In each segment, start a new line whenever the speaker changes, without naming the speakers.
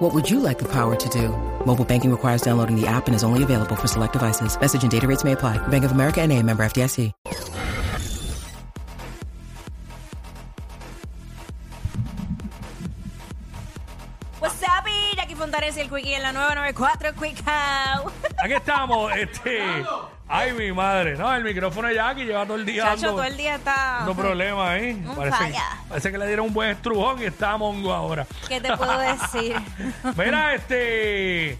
What would you like the power to do? Mobile banking requires downloading the app and is only available for select devices. Message and data rates may apply. Bank of America and a member FDIC.
What's up, y Jackie Fontanes y el Quickie en la 994 Quick How.
Aquí estamos, este. Ay, mi madre. No, el micrófono de Jackie lleva todo el día
Chacho,
dando,
todo el día está.
dando problemas ahí.
Un
Parece,
falla.
parece que le dieron un buen estrujón y está mongo ahora.
¿Qué te puedo decir?
Mira, este.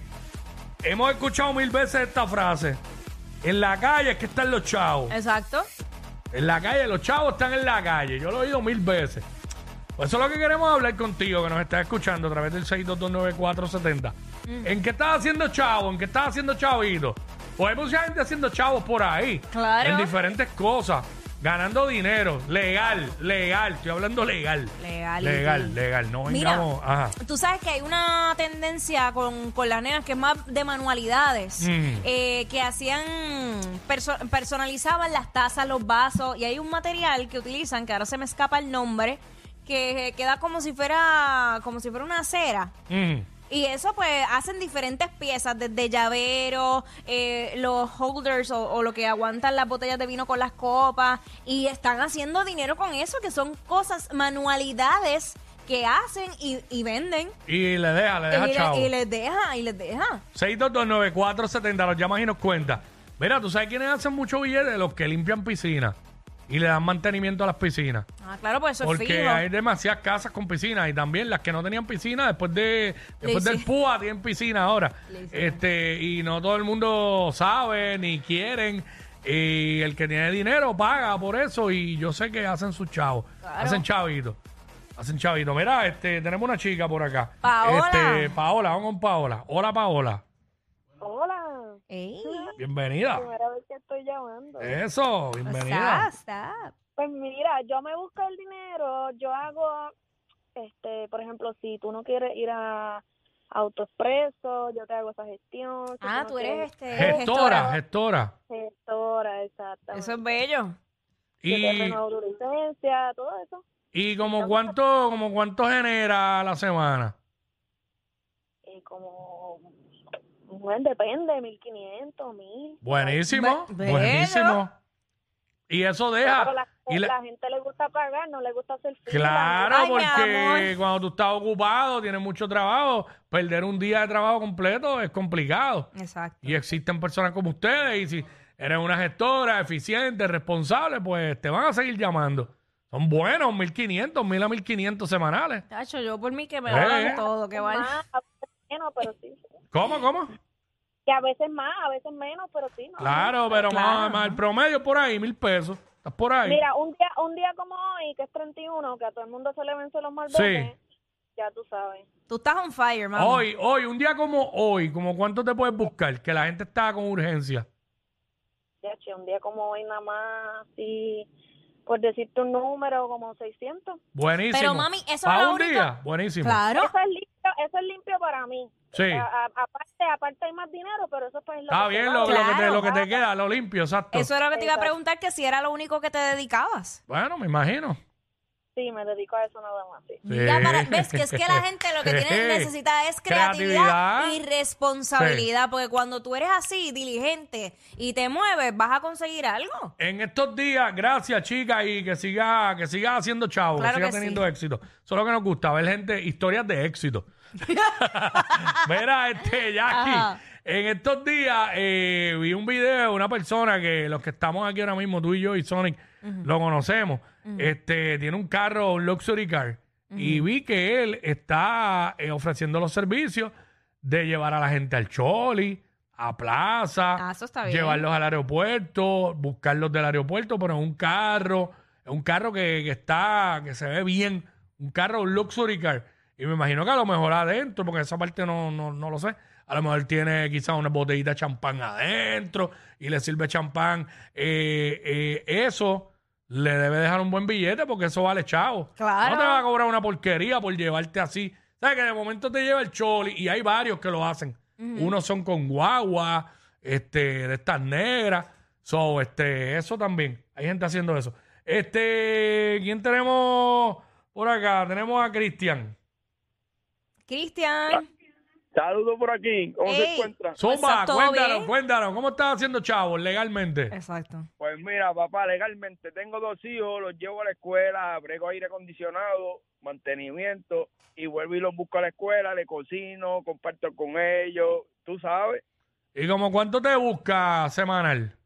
Hemos escuchado mil veces esta frase. En la calle es que están los chavos.
Exacto.
En la calle, los chavos están en la calle. Yo lo he oído mil veces. Por eso es lo que queremos hablar contigo, que nos estás escuchando a través del 6229470.
Mm.
¿En qué estás haciendo chavo? ¿En qué estás haciendo chavito? Pues hay mucha gente haciendo chavos por ahí.
Claro.
En diferentes cosas. Ganando dinero. Legal, legal. Estoy hablando legal.
Legal.
Legal, legal. No
Mira,
vengamos. Ajá.
tú sabes que hay una tendencia con, con las nenas que es más de manualidades,
Mm.
eh, que hacían, perso- personalizaban las tazas, los vasos, y hay un material que utilizan, que ahora se me escapa el nombre, que eh, queda como si fuera, como si fuera una cera.
Mm.
Y eso pues hacen diferentes piezas, desde llaveros, eh, los holders o, o lo que aguantan las botellas de vino con las copas. Y están haciendo dinero con eso, que son cosas, manualidades que hacen y, y venden.
Y le deja, le deja
y, le-
chavo.
Eh, y les deja, y les deja.
6229470, los llamas y nos cuenta. Mira, tú sabes quiénes hacen mucho billete, los que limpian piscinas y le dan mantenimiento a las piscinas.
Ah, claro, pues eso es
Porque
fijo.
hay demasiadas casas con piscinas y también las que no tenían piscina después de después
Le
del
hici-
PUA tienen piscina ahora.
Le hicieron.
Este, y no todo el mundo sabe ni quieren. Y el que tiene dinero paga por eso y yo sé que hacen sus chavos.
Claro.
Hacen chavitos. Hacen chavitos. Mira, este, tenemos una chica por acá.
Paola.
Este, Paola, vamos con Paola. Hola, Paola.
Hola,
Ey,
Bienvenida.
primera vez que estoy llamando.
Eh. Eso, bienvenida.
stop, stop.
Pues mira, yo me busco el dinero, yo hago, este, por ejemplo, si tú no quieres ir a Autoexpreso, yo te hago esa gestión. Si
Ah,
no
tú eres
quieres-
este,
Gestora, gestora.
gestora, exactamente.
Eso es bello.
Yo te
Y,
renuevo tu licencia, todo eso.
y como cuánto, como cuánto genera a la semana.
Y como, bueno, depende, 1500, 1000.
Buenísimo,
Be- bello.
buenísimo. Y eso
Pero
deja.
la,
y la-
la gente le gusta pagar, no le gusta hacer fila.
claro,
Ay, mi
porque
amor.
cuando tú estás ocupado, tienes mucho trabajo, perder un día de trabajo completo es complicado.
Exacto.
Y existen personas como ustedes, y si eres una gestora eficiente, responsable, pues te van a seguir llamando. Son buenos, 1500, 1000 a 1500 semanales.
Tacho, yo por mí que me
Eh.
hagan todo, que vale.
Más, a veces menos, pero sí.
¿Cómo, cómo?
Que a veces más, a veces menos, pero sí. ¿no?
Claro, pero
Claro.
Más, más el promedio por ahí, mil pesos. Estás por ahí.
Mira, un día, un día como hoy, que es 31, que a todo el mundo se le vence los malbetes, ya tú sabes.
Tú estás on fire, mami.
hoy, hoy, un día como hoy, como cuánto te puedes buscar, que la gente está con urgencia.
Ya, che, un día como hoy nada más, sí, por decirte un número, como 600.
Buenísimo.
Pero, mami, eso es
¿Para
lo
un
único-
día? Buenísimo.
Claro.
Eso es limpio, eso es limpio para mí.
Sí.
A- a- aparte, aparte hay más dinero, pero eso pues es lo
Está
que te
bien
da.
lo, lo que te,
Claro.
lo que te queda, lo limpio, exacto.
Eso era lo que te iba a preguntar, que si era lo único que te dedicabas.
Bueno, me imagino.
Sí, me dedico a eso nada más, sí.
Mira,
Sí.
para- ves que es que la gente lo que tiene,
Sí.
necesita es creatividad,
Creatividad.
y responsabilidad, porque cuando tú eres así, diligente y te mueves, vas a conseguir algo.
En estos días, gracias, chicas, y que siga, que siga haciendo chavo,
Claro
que siga
que sí.
teniendo éxito. Eso es lo que nos gusta, ver gente, historias de éxito. Mira, este, Jackie,
Ajá.
en estos días eh, vi un video de una persona que los que estamos aquí ahora mismo, tú y yo y Sonic, lo conocemos. Este, tiene un carro, un luxury car, y vi que él está eh, ofreciendo los servicios de llevar a la gente al choli, a plaza,
Ah, eso está bien.
llevarlos al aeropuerto, buscarlos del aeropuerto, pero en un carro, en un carro que, que está, que se ve bien, un carro, un luxury car. Y me imagino que a lo mejor adentro, porque esa parte no, no, no lo sé. A lo mejor tiene quizás una botellita de champán adentro y le sirve champán. Eh, eh, eso le debe dejar un buen billete porque eso vale chavo.
Claro.
No te va a cobrar una porquería por llevarte así. ¿Sabes que de momento te lleva el choli y hay varios que lo hacen? Unos son con guagua, este, de estas negras. So, este, eso también. Hay gente haciendo eso. Este, ¿quién tenemos por acá? Tenemos a Cristian.
Cristian.
Saludos por aquí. ¿Cómo
Ey.
se encuentran?
Zumba,
Está todo
cuéntanos,
bien.
cuéntanos. ¿Cómo estás haciendo chavos legalmente?
Exacto.
Pues mira, papá, legalmente tengo dos hijos, los llevo a la escuela, brego aire acondicionado, mantenimiento, y vuelvo y los busco a la escuela, le cocino, comparto con ellos, tú sabes.
¿Y como cuánto te busca semanal?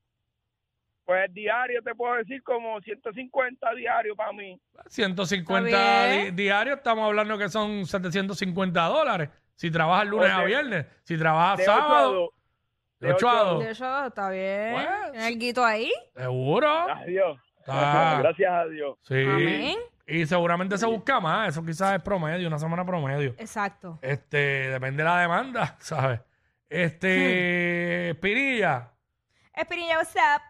Pues diario te puedo decir como 150 diarios para mí.
150
Está
di-
bien.
diarios, estamos hablando que son 750 dólares. Si trabajas lunes a
Ok.
viernes, si trabajas
De ocho a
sábado,
dos.
de
de
ocho
ocho
a
a
dos.
De hecho, está bien.
Pues-
¿Tiene alguito ahí?
Seguro.
Adiós.
Ah.
Gracias a Dios.
Sí.
Amén.
Y seguramente se busca más. Eso quizás es promedio, una semana promedio.
Exacto.
Este, depende de la demanda, ¿sabes?
Hmm.
Este, Pirilla.
Espirilla, what's up?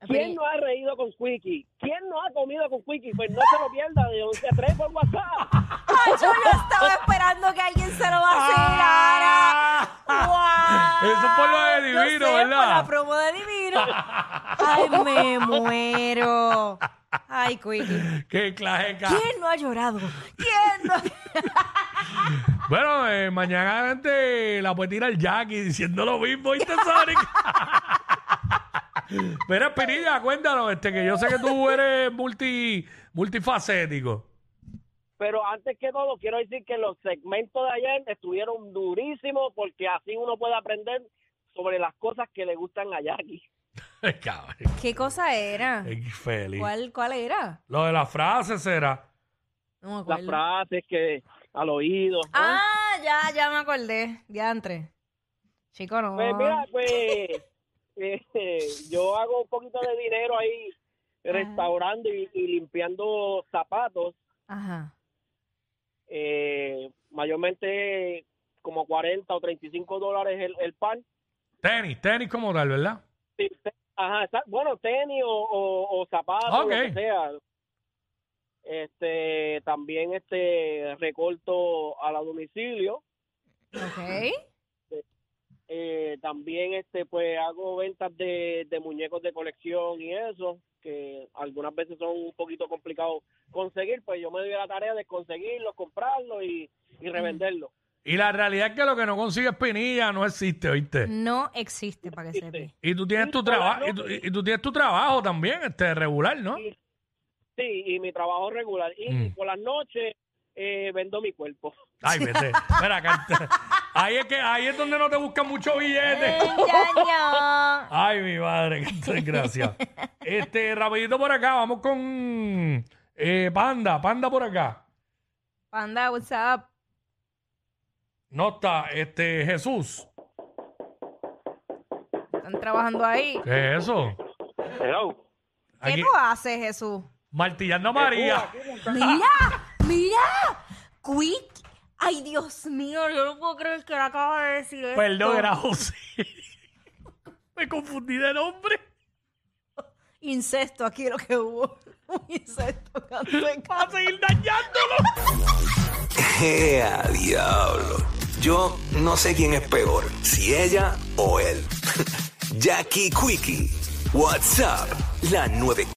¿Quién no ha reído con Quickie? ¿ Quién no ha comido con Quickie? Pues no se lo pierda de 11 a 3 por WhatsApp.
Ay, yo no estaba esperando que alguien se lo
Ah.
vacilara. ¡Wow!
Eso es por lo de
Yo
Divino,
sé, Por
¿verdad?
la promo de Divino. Ay, me muero. Ay, Quickie.
¡Qué clajeca!
¿Quién no ha llorado? ¿Quién no?
Bueno, eh, mañana gente, la puede tirar Jackie diciendo lo mismo, ¿viste, Sonic? Pero, Pirilla, cuéntanos, este, que yo sé que tú eres multi, multifacético.
Pero antes que todo, quiero decir que los segmentos de ayer estuvieron durísimos porque así uno puede aprender sobre las cosas que le gustan a Jackie.
Ay, Cabrón,
¿Qué cosa era?
qué feliz.
¿Cuál, ¿Cuál era?
Lo de la frase será.
No me
Las
acuerdo.
frases que al oído. ¿no?
Ah, ya, ya me acordé. Diantre. Chico, no.
Pues mira, pues eh, yo hago un poquito de dinero ahí restaurando y- y limpiando zapatos.
Ajá.
eh, mayormente como 40 o 35 dólares el, el pan.
Tenis, tenis como tal, ¿verdad?
Sí, te- Ajá, está- bueno, tenis o, o- o zapatos,
Ok.
lo que sea. Este, también este recorto a la domicilio.
Ok.
Eh, también este pues hago ventas de, de muñecos de colección y eso que algunas veces son un poquito complicados conseguir pues yo me doy a la tarea de conseguirlos comprarlos y,
Mm.
y revenderlos
Y la realidad es que lo que no consigues Pinilla no existe, ¿oíste?
No existe para que sepa.
Y tú tienes tu
Sí, pero
trabajo,
no.
y, tú- y- y tú tienes tu trabajo también, este, regular, ¿no?
Sí. Sí, y mi trabajo regular. Y
Mm.
por las noches eh, vendo mi cuerpo.
Ay, vete. Espera, acá. Ahí es que, ahí es donde no te buscan mucho billete.
Ya,
Ay, mi madre, qué desgracia. Este, rapidito por acá, vamos con eh, Panda, Panda por acá.
Panda, what's up?
No está, este, Jesús.
Están trabajando ahí.
¿Qué es eso?
Hello.
¿Qué
Aquí,
tú haces, Jesús?
martillando a María.
¡Mira! ¡Mira! ¡Quick! ¡Ay, Dios mío! Yo no puedo creer que le acaba de decir esto.
Perdón, era José. Me confundí de nombre.
Incesto, aquí lo que hubo. Un incesto. canto en
Va a
casa.
seguir dañándolo.
¡Ea, diablo! Yo no sé quién es peor, si ella o él. Jackie Quickie, WhatsApp, la 9.